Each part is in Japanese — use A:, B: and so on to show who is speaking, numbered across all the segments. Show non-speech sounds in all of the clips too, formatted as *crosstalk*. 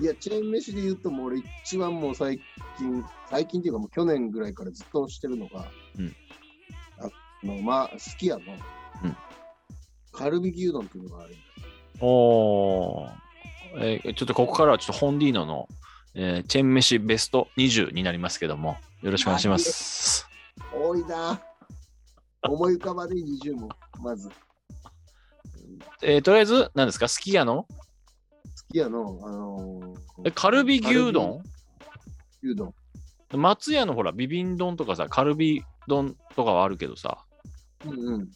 A: いや、チェーン飯で言うと、もう俺一番もう最近、最近っていうかもう去年ぐらいからずっとしてるのが、
B: うん
A: あの、まあ、すき家の、
B: うん
A: カルビ牛丼っていうのがある。
B: おーえーちょっとここからはちょっとホンディーノの、えーチェーン飯ベスト20になりますけども、よろしくお願いします。
A: 多い
B: *laughs*
A: な。思い浮かばで20も、まず。
B: えーとりあえず、何ですかすき家の
A: すき家の、あのー
B: えカルビ牛丼
A: 牛丼。
B: 松屋のほら、ビビン丼とかさ、カルビ丼とかはあるけどさ、
A: うんうん。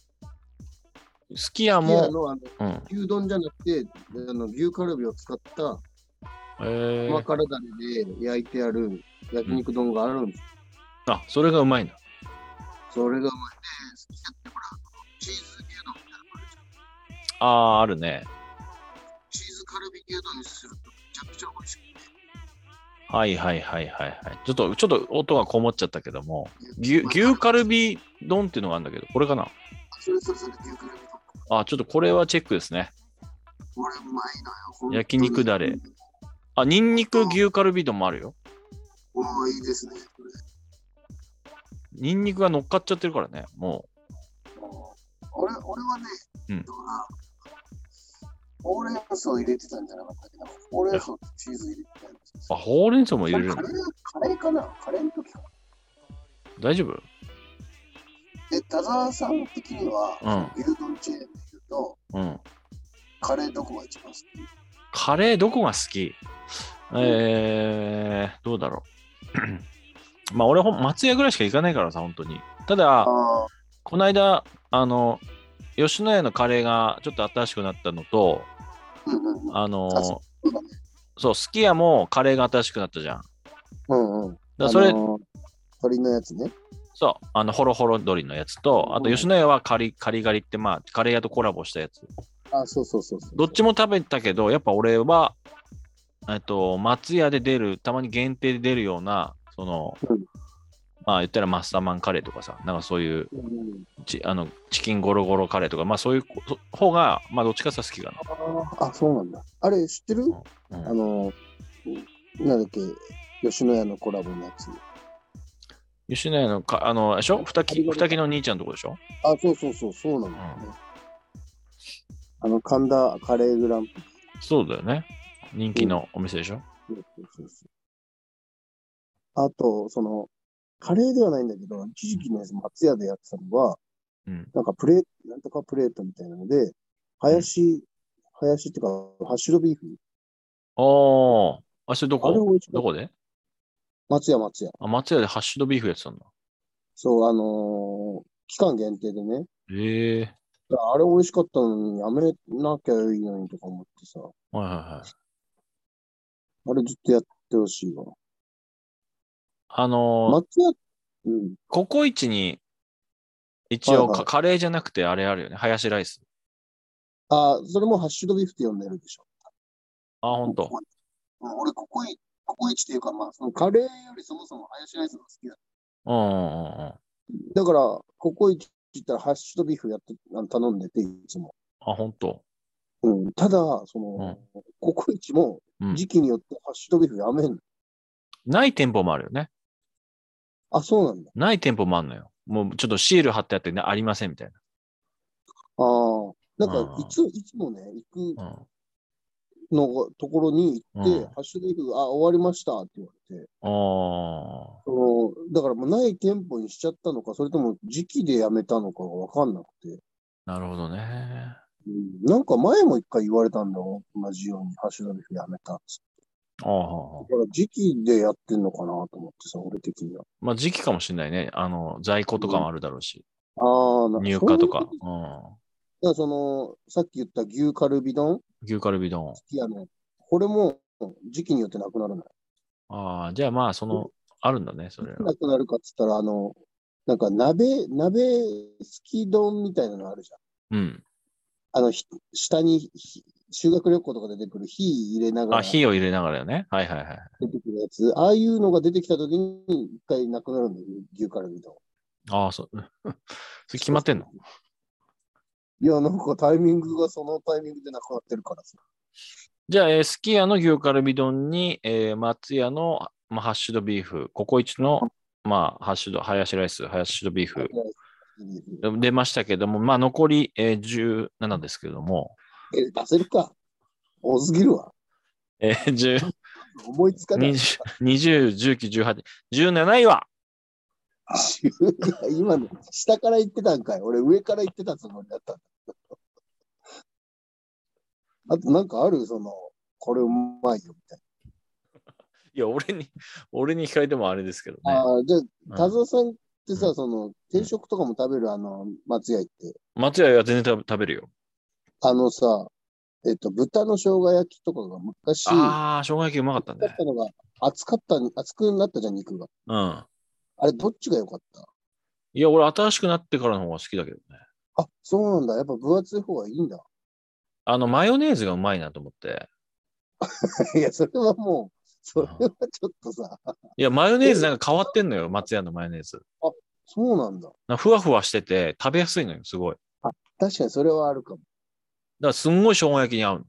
B: す
A: すき
B: き家
A: 家
B: も、
A: のあの
B: うん。
A: 牛丼じゃなくて、あの牛カルビを使った
B: えー
A: 甘辛だれで焼いてある焼肉丼があるんです。
B: あ、それがうまいんだ。
A: それがうまいね。すき家ってほら、チーズ牛丼みたいなのあるじゃん。
B: あー、あるね。
A: チーズカルビ牛丼にするとめちゃくちゃ美味しくて。
B: はいはいはいはいはい。ちょっと、ちょっと音がこもっちゃったけども、牛牛カルビ丼っていうのがあるんだけど、これかな
A: それそれそれ牛カルビ丼。
B: あ、ちょっとこれはチェックですね。
A: これうまいのよ本当に。
B: 焼肉だれあ、ニンニク牛カルビ丼もあるよ。
A: もういいですね。これ
B: ニンニクが乗っかっちゃってるからね、も
A: 俺俺はね、
B: うん
A: どうなほうれん草入れてたんじゃなかったっけど、ほうれん草とチーズ入れてたんです
B: う。あ、ほうれん草も入れ
A: あ
B: れる
A: カ
B: ん
A: レ
B: だ。
A: ーカレーかなカレーの時かな。
B: 大丈夫
A: で、田沢さん的には、
B: う
A: 牛丼チェーンで言うと、
B: ん。うん。
A: カレーどこが一番好き
B: カレーどこが好きえー、どうだろう。 *clears throat* まあ俺ほん、松屋ぐらいしか行かないからさ、本当に。ただ、
A: ああ、
B: この間、あの、吉野家のカレーがちょっと新しくなったのと、
A: うんうんうん。
B: あの
A: あそそうだね
B: そう、すき家もカレーが新しくなったじゃん。だか
A: うんうん。
B: らそれ、
A: あのー鳥のやつね。
B: そう、あの、ホロホロ鶏のやつと、あと
A: うん
B: 吉野家はカリカリガリって、まあ、カレー屋とコラボしたやつ。
A: あ、そうそうそうそう。
B: どっちも食べたけど、やっぱ俺は、えっと、松屋で出る、たまに限定で出るような、その、
A: うん
B: まあ言ったらマッサマンカレーとかさ、なんかそういう
A: うんうん
B: ちあのチキンゴロゴロカレーとか、まあそういうこ方が、まあどっちかさ好きか
A: あーあ、そうなんだ。あれ、知ってる
B: な。うん
A: あのー、なんだっけ、吉野家のコラボのやつ。
B: 吉野家のか、あの、でしょ二
A: カリ
B: 木
A: ガリ
B: 二木の兄ちゃんのとこでしょ
A: あ、そうそうそう、そうなんだよね。あの、神田カレーグランプリ。
B: そうだよね。人気のお店でしょ、
A: そうそうそうあと、その、カレーではないんだけど、一時期のやつ、松屋でやってたのは、
B: うん、
A: なんかプレート、なんとかプレートみたいなので、林、林っていうか、ハッシュドビーフ。
B: おー、あ、それど
A: あれ
B: こ
A: 美味しか
B: ど
A: った。
B: こで
A: 松屋、松屋。
B: あ、松屋でハッシュドビーフやってたんだ。
A: そう、あのー期間限定でね。
B: ええ
A: あれ美味しかったのに、やめなきゃいいのにとか思ってさ、
B: ー、はいはいはい。
A: あれずっとやってほしいわ。
B: あのー
A: 松屋、うん。
B: ココイチに、一
A: は
B: 応
A: いは
B: か、
A: い
B: カレーじゃなくて、あれあるよね。ハヤシライス。
A: あ、それもハッシュドビーフって呼んでるでしょ。
B: あ、ほんと。
A: うん俺、ここい、ここいちっていうか、まあ、そのカレーよりそもそもハヤシライスが好きだ。
B: うんうんうんうん。
A: だから、ここいちって言ったらハッシュドビーフやって、あの頼んでて、いつも。
B: あ、ほんと。
A: うん、ただ、その、ここいちも
B: うん
A: 時期によってハッシュドビーフやめんの。
B: ない店舗もあるよね。
A: あ、そうなんだ。
B: ない店舗もあるのよ。もうちょっとシール貼ってあって、ね、ありませんみたい
A: ああ。なん
B: あ
A: か
B: ー、
A: いつ、いつもね、行
B: な。うん。
A: くのがところに行って、
B: うん
A: ハッシュドビーフ、あ、終わりましたって言われて。
B: ああ。
A: その、だからもうない店舗にしちゃったのか、それとも時期でやめたのかがわかんなくて。
B: なるほどね。
A: うんなんか前も一回言われたんだよ。同じようにハッシュドビーフやめたっつって
B: ああ。
A: だから時期でやってんのかなと思ってさ、俺的には。
B: まあ時期かもしれないね。あの、在庫とかもあるだろうし。
A: ああ、な
B: 入荷とか
A: そういうこ。
B: う
A: だからその、さっき言った牛カルビ丼、
B: ん。牛カルビ丼。
A: いやね、これも時期によってなくなるのよ。
B: ああ、じゃあまあ、その、あるんだね、それは。
A: なくなるかっつったら、あの、なんか鍋、鍋すき丼みたいなのあるじ
B: うん。
A: ゃん。あの、ひ下にひ修学旅行とかで出てくる火入れなが
B: あ、
A: ら出て
B: 火を入れながらよね。はいはいはい。
A: くるやつ、ああいうのが出てきた時に一回なくなるんだよ、牛カルビ丼。
B: ああ、そう。 *laughs* それ決まってんの
A: いや、なんかタイミングがそのタイミングでなくなってるからさ。
B: じゃあ、えー、すき家の牛カルビ丼に、えー、松屋の、まあ、ハッシュドビーフ、ココイチの、まあ、ハッシュド、ハヤシライス、ハヤシドビーフ、出ましたけども、まあ、残り、えー、17ですけども、
A: え、出せるか。多すぎるわ。
B: えー、10
A: 思いつかない。
B: 20 20、19、18、17位は、
A: *laughs* 今の、下から言ってたんかい。俺、上から言ってたつもりだったんだけど。あと、なんかあるその、これうまいよみたい
B: いや、俺に、俺に聞かれてもあれですけど
A: な。
B: ね。
A: ああ、じゃ
B: うん
A: あ、田沢さんってさ、
B: うん
A: その、定食とかも食べる、あの、松屋行って、
B: 松屋は全然食べ食べるよ。
A: あのさ、えっと、豚の生姜焼きとかが昔、熱
B: ああ、生姜焼きうまかった
A: かっ
B: ね。
A: たのが、熱かったに、熱くなったじゃん、肉が。
B: うん。
A: あれ、どっちが良かった
B: いや、俺、新しくなってからの方が好きだけどね。
A: あ、そうなんだ。やっぱ分厚い方がいいんだ。
B: あの、マヨネーズがうまいなと思って。
A: *laughs* いや、それはもう、それはちょっとさ、
B: いや、マヨネーズなんか変わってんのよ、松屋のマヨネーズ。
A: そうなんだ。
B: なんかふわふわしてて、食べやすいのよ、すごい。だか
A: 確かにそれはあるか
B: ら、すんごい生姜焼きに合う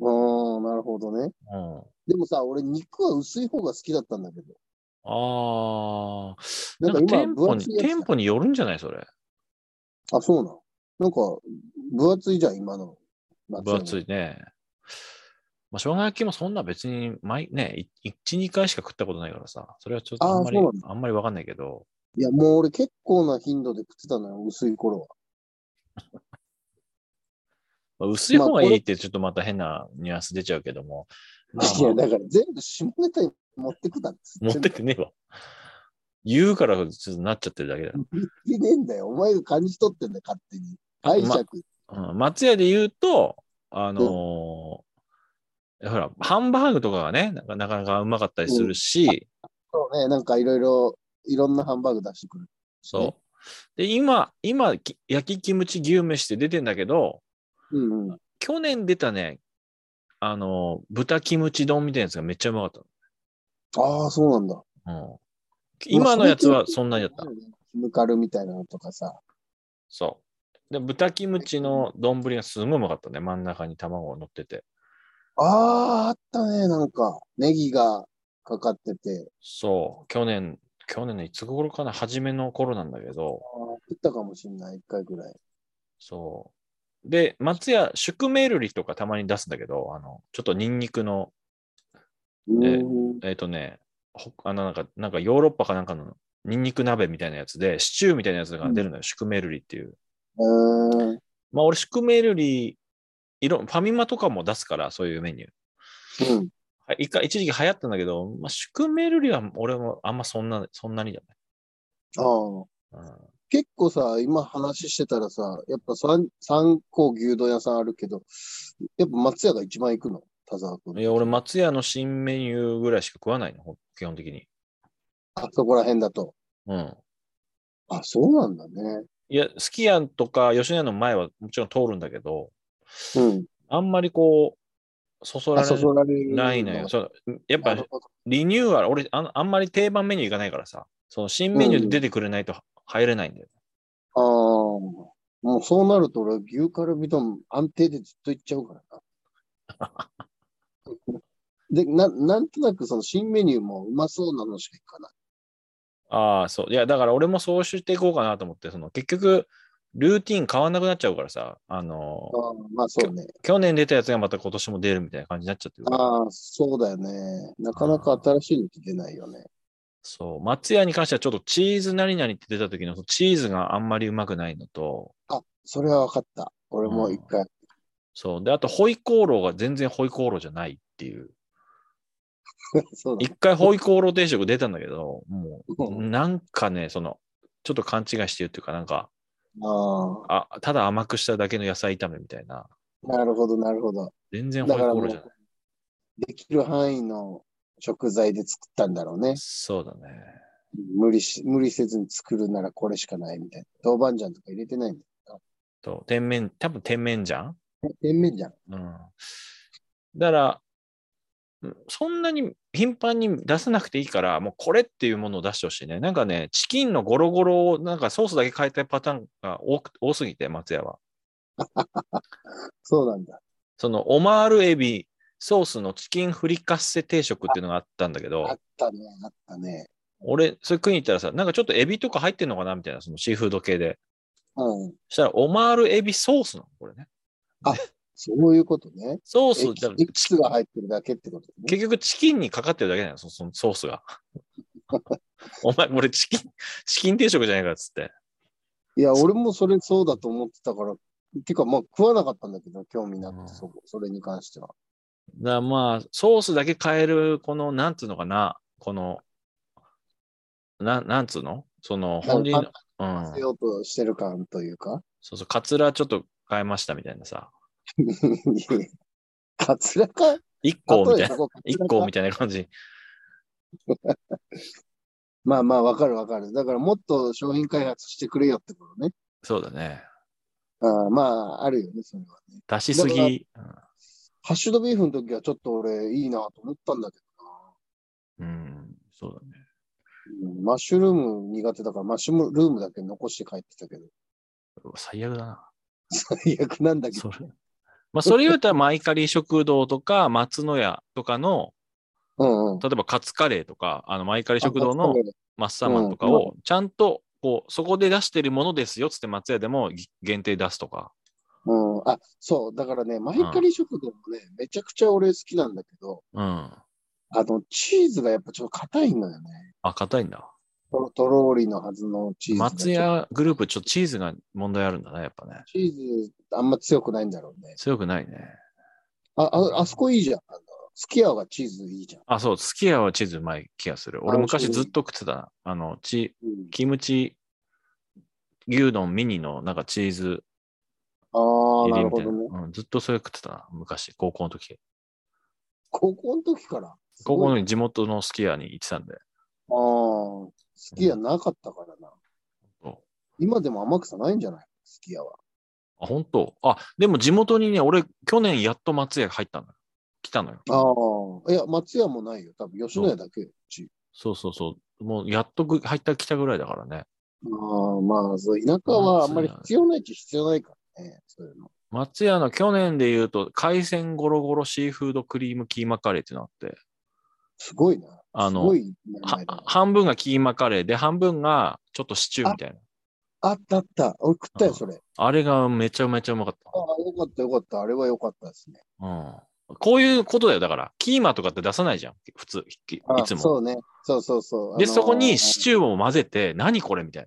A: も。うーん、なるほどね。
B: の。うん。
A: でもさ、俺、肉は薄い方が好きだったんだけど。
B: ああ、
A: な
B: なん
A: ん
B: か
A: か
B: 店
A: 今、
B: 舗
A: 分
B: に
A: 厚い、やつ
B: 店舗によるんじゃないそれ。
A: あ、そうなの。なんか、分厚いじゃん、今の。
B: 分厚い。ね。まあ、生姜焼きもそんな別に毎、ね、1、2回しか食ったことないからさ、それはちょっと
A: あー
B: あんまり、
A: そう
B: あ
A: なん
B: んまりわかんないけど、
A: いや、もう俺、結構な頻度で食ってたのよ、薄い頃は。
B: まあ薄い
A: まあ
B: 方がい
A: こ
B: い
A: れ
B: ってちょっとまた変なニュアンス出ちゃうけども、まあ
A: いや、だから全部下ネタに持ってくだっつ
B: 持ってってねえわ。言うからちょっとなっちゃってるだけだよ。
A: *laughs* 言ってねえんだよ。お前が感じ取ってんだよ、勝手に。解釈。
B: うん松屋で言うと、あのーほら、ハンバーグとかがね、なかなかなかうまかったりするし、
A: そうね、なんかいろいろ、いろんなハンバーグ出してくる。
B: そう。で、今、今、き焼きキムチ牛飯って出てんだけど、
A: う。うんうん。
B: 去年出たね、あの、豚キムチ丼みたいなやつがめっちゃうまかっ
A: ああ、そうなんだ。
B: たの。うん、今のやつはそんなにだった。。
A: ムカルみたいなのとかさ。
B: そう。で、豚キムチの丼がすごいうまかったね。真ん中に卵が乗ってて。
A: ああ、あったね、なんか。ネギがかかってて。
B: そう。去年、去年のいつ頃かな初めの頃なんだけど、
A: あー食ったかもしんない、一回ぐらい。
B: そう。で、松屋、宿命瑠璃とかたまに出すんだけど、あの、ちょっとニンニクの
A: う
B: え
A: ーん
B: えっ、とね、ほあのなんか、なんかヨーロッパかなんかのニンニク鍋みたいなやつで、シチューみたいなやつが出るのよ、シュクメルリっていう。
A: えー
B: まあ俺、シュクメルリ、いろ、ファミマとかも出すから、そういうメニュー。
A: うん、
B: はい一回、一時期流行ったんだけど、まあ、シュクメルリは俺もあんまそんな、そんなにじ
A: あー
B: ゃない。うん
A: 結構さ、今話してたらさ、やっぱ三三個牛丼屋さんあるけど、やっぱ松屋が一番行くの田沢君。
B: いや、俺、松屋の新メニューぐらいしか食わないの、ほん基本的に。
A: あそこら辺だと。
B: うん。
A: あ、そうなんだね。
B: いや、すき家とか吉野家の前はもちろん通るんだけど、
A: うん。
B: あんまりこう、そそら
A: あ、そ
B: れ
A: そられる。
B: ないのよ。そうやっぱ
A: なるほど
B: リニューアル、俺あの、あんまり定番メニューいかないからさ、その新メニューで出てくれないと入れないんだよ。
A: ああ、もうそうなると俺、牛カルビ丼安定でずっといっちゃうからな。 *laughs* で、な、なんとなくその新メニューもうまそうなのしかいかない。
B: ああ、そう。いや、だから俺もそうしていこうかなと思って、その結局、ルーティン変わんなくなっちゃうからさ、あの、
A: ああ、まあそうね。
B: 去年出たやつがまた今年も出るみたいな感じになっちゃってるから。
A: ああ、そうだよね。なかなか新しいのって出ないよね。
B: そう。松屋に関してはちょっとチーズ何々って出た時のそのチーズがあんまりうまくないのと、
A: あ、それは分かった。俺も一回。 *laughs*
B: そう。で、あと、ホイコーローが全然ホイコーローじゃないっていう。
A: そうだ
B: 一回ホイコーロー定食出たんだけど、も
A: う
B: う、なんかね、その、ちょっと勘違いしてるっていうか、なんか、
A: あ
B: あ、ただ甘くしただけの野菜炒めみたいな。
A: あ、なるほど、なるほど。
B: 全然ホ
A: だ
B: イ
A: か
B: コ
A: ら
B: ー
A: も
B: ロー
A: う
B: じゃない。、
A: できる範囲の食材で作ったんだろうね。
B: そうだね。
A: 無理し、無理せずに作るならこれしかないみたいな。豆板醤とか入れてないんだ。
B: と、甜麺、多分甜麺醤
A: 甜麺醤。
B: うん。だから、うんそんなに頻繁に出さなくていいから、もうこれっていうものを出してほしいね。なんかね、チキンのゴロゴロを、なんかソースだけ変えたパターンが多く多すぎて、松屋は。
A: そうなんだ。
B: その、オマールエビ、ソースのチキンフリカッセ定食っていうのがあったんだけ
A: あ
B: ど
A: っ、たね、あったね。
B: 俺、それ食いに行ったらさ、なんかちょっとエビとか入ってんのかなみたいな、そのシーフード系で。
A: うん。
B: したら、オマールエビソースなのこれね。
A: そういうことね。
B: ソース、だから
A: いくつが入ってるだけってことね。
B: 結局チキンにかかってるだけだよ、そそのソースが。お前、俺チキン、チキン定食じゃないからっつって。
A: いや、俺もそれそうだと思ってたから、てかまあ食わなかったんだけど、興味なくて、そうそれに関しては。
B: だからまあ、ソースだけ変える、この、なんつうのかな、この、ななんつうのその、本人の、うん
A: せ。ようとしてる感というか。 *laughs*
B: そうそう、カツラちょっと変えましたみたいなさ。
A: カツラか
B: 一個みたいな、
A: な。
B: 一個み
A: みたいな。
B: たいな感じ。
A: まあまあ、わかるわかる。だからもっと商品開発してくれよってことね。
B: そうだね。
A: あーまあ、あるよね、それはね。
B: 出しすぎ。
A: ハッシュドビーフの時はちょっと俺いいなと思ったんだけ
B: うん、うんそうだね。
A: どな、うんマッシュルーム苦手だから、マッシュルームだけ残して帰ってたけど。 *laughs*
B: うわ最悪だな。
A: 最悪なんだけど
B: そ。れ。まあ、それ言うたら、マイカリー食堂
A: *laughs*
B: とか、松の屋とかの、
A: うんうん。
B: 例えばカツカレーとか、あの、マイカリー食堂
A: あ
B: の
A: そうだね
B: マッサーマンとかを、ちゃんと、こう、そこで出してるものですよ、つって松屋でもぎ限定出すとか。
A: うん、あ、そう、だからね、マイカリ食堂もね、めちゃくちゃ俺好きなんだけど、
B: うん。
A: あの、チーズがやっぱちょっと硬いのよね。
B: あ、硬いんだ。
A: とろとろりのはずのチーズが。
B: 松屋グループ、ちょっとチーズが問題あるんだね、やっぱね。
A: チーズ、あんま強くないんだろうね。
B: 強くないね。
A: あ、あ、あそこいいじゃん。あのすき家はチーズいいじゃん。
B: あ、そう、すき家はチーズうまい気がする。俺
A: あ
B: 昔
A: そう
B: ずっと食ってたな。あの、ち、
A: うん、
B: キムチ牛丼ミニのなんかチーズ
A: ああ、
B: 入
A: な
B: り
A: る
B: み
A: ほ
B: たいな。
A: どね。
B: うん、ずっとそれ食ってたな。昔、高校の時。
A: 高校の時から。
B: 高校の
A: の
B: 時地元のすき家に行ってたんで。
A: ああ、すき家なかったからな。
B: うん
A: 今でも甘くさないんじゃないすき家は。
B: あ、本当あ、でも地元にね、俺、去年やっと松屋入ったのよ。来たのよ。
A: ああ、いや、松屋もないよ。多分吉野家だけよ。うち
B: そうそうそう。もう、やっとぐ入った、来たぐらいだからね。
A: ああ、まあ、そう、田舎はあんまり必要ないっちゃ必要ないからね、そういうの。
B: 松屋の去年で言うと、海鮮ゴロゴロシーフードクリームキーマカレーってのあって、
A: すごいな。
B: あの
A: すごい名
B: は
A: 前だな
B: 半分がキーマカレーで、半分がちょっとシチューみたいな。
A: あったあった。俺食った
B: う
A: よ、
B: ん
A: それ。
B: あれがめちゃめちゃうまかっ
A: ああ、よかったよかった。あれはよかったですね。
B: た。うん。こういうことだよ。だから、キーマとかって出さないじゃん。普通、きい
A: あ
B: つも。
A: そうね。そうそうそう。
B: で、
A: あのー
B: そこにシチューを混ぜて、何これみたい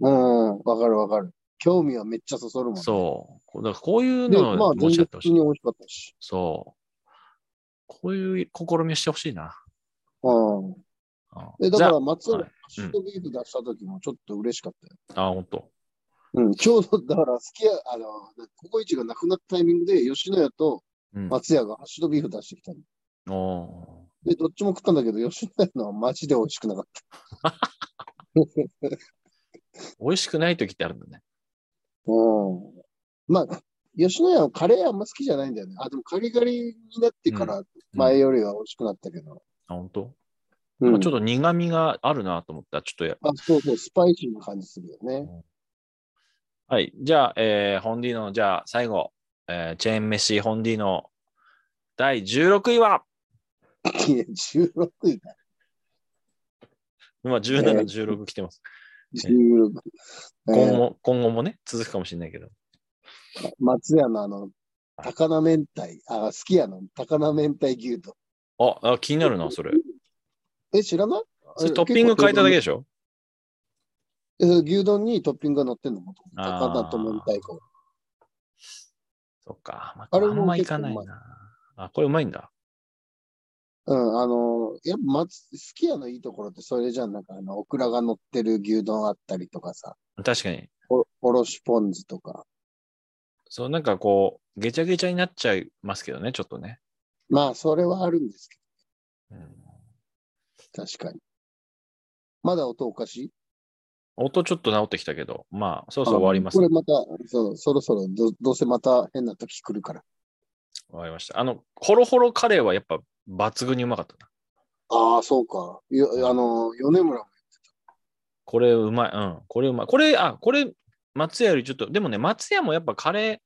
A: うん、わかるわかる。興味はめっちゃそそるもん、
B: な。
A: ね。
B: そう。こだからこういう
A: で、ま
B: の
A: あ、
B: をも
A: 全
B: うち
A: 然
B: ょっと
A: 普
B: ほ
A: 通
B: しい
A: に。美味しかったし。
B: そう。こういう試みをしてほしいな。
A: うん。
B: うん
A: で、だか
B: じ
A: ら、松尾
B: は
A: ハ
B: い
A: ッシュドビーフ出した時もちょっと嬉しかったよ。
B: ゃあ、あ本当。
A: うん、ちょうど、だから、好きや、あの、ココイチがなくなったタイミングで、吉野家と
B: うん。
A: 松屋がハッシュドビーフ出してきたの。
B: お
A: で、どっちも食ったんだけど、吉野家のはマジで美味しくなかった。
B: ー美味しくない時ってあるんだね。
A: うん。まあ、吉野家はカレーあんま好きじゃないんだよね。あ、でもカリカリになってから前よりは美味しくなったけど。
B: あ、本当。
A: うん
B: なんかちょっと苦味があるなと思ったら、ちょっとや。
A: あ、そうそう、スパイシーな感じするよね。
B: はい。じゃあ、えー、ホンディーノの、じゃあ、最後、えーチェーン飯ホンディーノ、第16位は、
A: いや、16位だ。
B: 今
A: え
B: 17、
A: ー
B: 16来てます。
A: 16。
B: 今後
A: えー
B: も、今後もね、続くかもしれないけど。
A: 松屋のあの、高菜明太、あ、好きやの高菜明太牛丼。
B: あ、あ気になるな、それ。
A: え、知らない
B: それトッピング変えただけで
A: し
B: しょ
A: ょ牛丼にトッピングが乗ってんのもともと
B: あー
A: 高菜と明太子。
B: そっか。まあ、
A: あれ
B: あ
A: も
B: んまいかない
A: 結構う
B: な。あ、これうまいんだ。
A: うん、あの、やっぱ松、好きやのいいところってそれじゃん。なんかあの、オクラが乗ってる牛丼あったりとかさ。
B: 確かに。
A: おおろしポン酢とか。
B: そう、なんかこう、げちゃげちゃになっちゃいますけどね、ちょっとね。
A: まあ、それはあるんです
B: うん
A: けど、確かに。まだ音おかしい
B: 音ちょっと直ってきたけど、まあ、そろそろ終わります
A: こ。れまた、そうそろそろど、どうせまた変な時来るから。
B: 終わりました。あの、ホロホロカレーはやっぱ抜群にうまかったな。
A: ああ、そうか。よあの、米村も。
B: これうまい。うん。これうまい。これ、あ、これ、松屋よりちょっと、でもね、松屋もやっぱカレ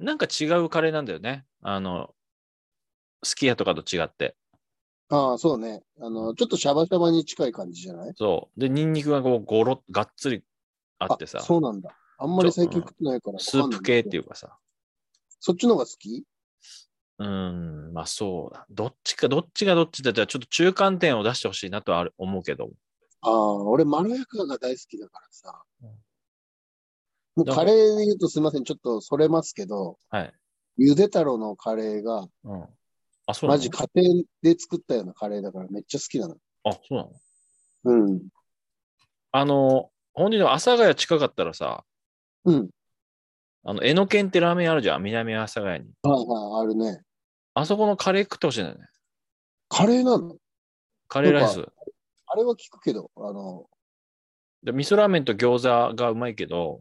B: ー、なんか違うカレーなんだよね。あの、すき家とかと違って。
A: ああ、そうね。あの、ちょっとシャバシャバに近い感じじゃない
B: そう。で、ニンニクがこう、ゴロッ、がっつりあってさ、
A: そうなんだ。あんまり最近食ってないから。。
B: スープ系っていううかさ。
A: そっちの方が好き
B: うーん、まあそうだ。どっちか、どっちがどっちだったら、ちょっと中間点を出してほしいなとはある思うけど。
A: ああ、俺、まろやかが大好きだからさ
B: うん。
A: もうカレーで言うとすみません、ちょっとそれますけど、
B: はい。
A: ゆで太郎のカレーが、
B: うん。あ、そうな
A: マ
B: の
A: ジ家庭で作ったようなカレーだからめっちゃ好きなの。
B: あ、そうなの
A: うん。
B: あの、本人の阿佐ヶ谷近かったらさ、
A: うん。
B: あの、江ノ県ってラーメン屋あるじゃん、南阿佐ヶ谷に。
A: はいはい、あるね。
B: あそこのカレー食ってほしいんだよね。
A: カレーなの
B: カレーライス
A: なん。あれは聞くけど、あの、
B: で味噌ラーメンと餃子がうまいけど、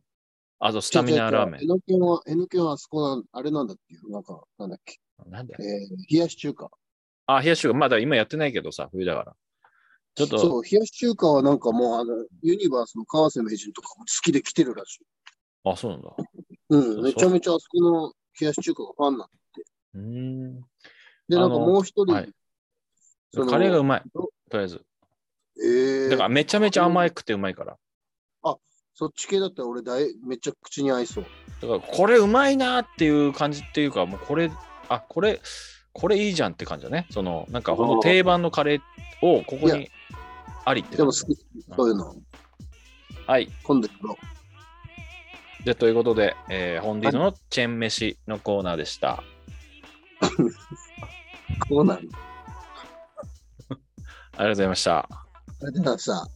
B: あとスタミナラーメ
A: 違う違うえのきんは、えのきんはあそこなん、あれなんだっていう、なんか、なんだっけ、
B: ン。なんで
A: えー、冷やし中華。
B: あ、冷やし中華。まだ今やってないけどさ、冬だから。ちょっと、
A: そう、冷やし中華はなんかもう、あの、ユニバースの川瀬名人とかも好きで来てるらしい。
B: あ、そうなんだ。
A: う
B: そ
A: ん、
B: う
A: めちゃめちゃあそこの冷やし中華がファンなの。
B: うーん。
A: で、
B: あ
A: な
B: の
A: んかもう一人、
B: はい
A: その
B: カレーがうまい。とりあえず。
A: えー、
B: だからめちゃめちゃ甘くてうまいから。
A: そっち系だったら俺大、めっちゃ口に合いそう。
B: だからこれうまいなっていう感じっていうか、もうこれ、あ、これ、これいいじゃんって感じだね。その、なんかほんと定番のカレーをここ
A: い
B: にありって
A: で
B: 感
A: も好
B: じ。
A: き、そういうの。
B: はい。
A: 今度やろう
B: で、ということで、えー、ホンディーノのチェーン飯のコーナーでした。
A: こうなる。
B: ありがとうございました。
A: あれだからさ、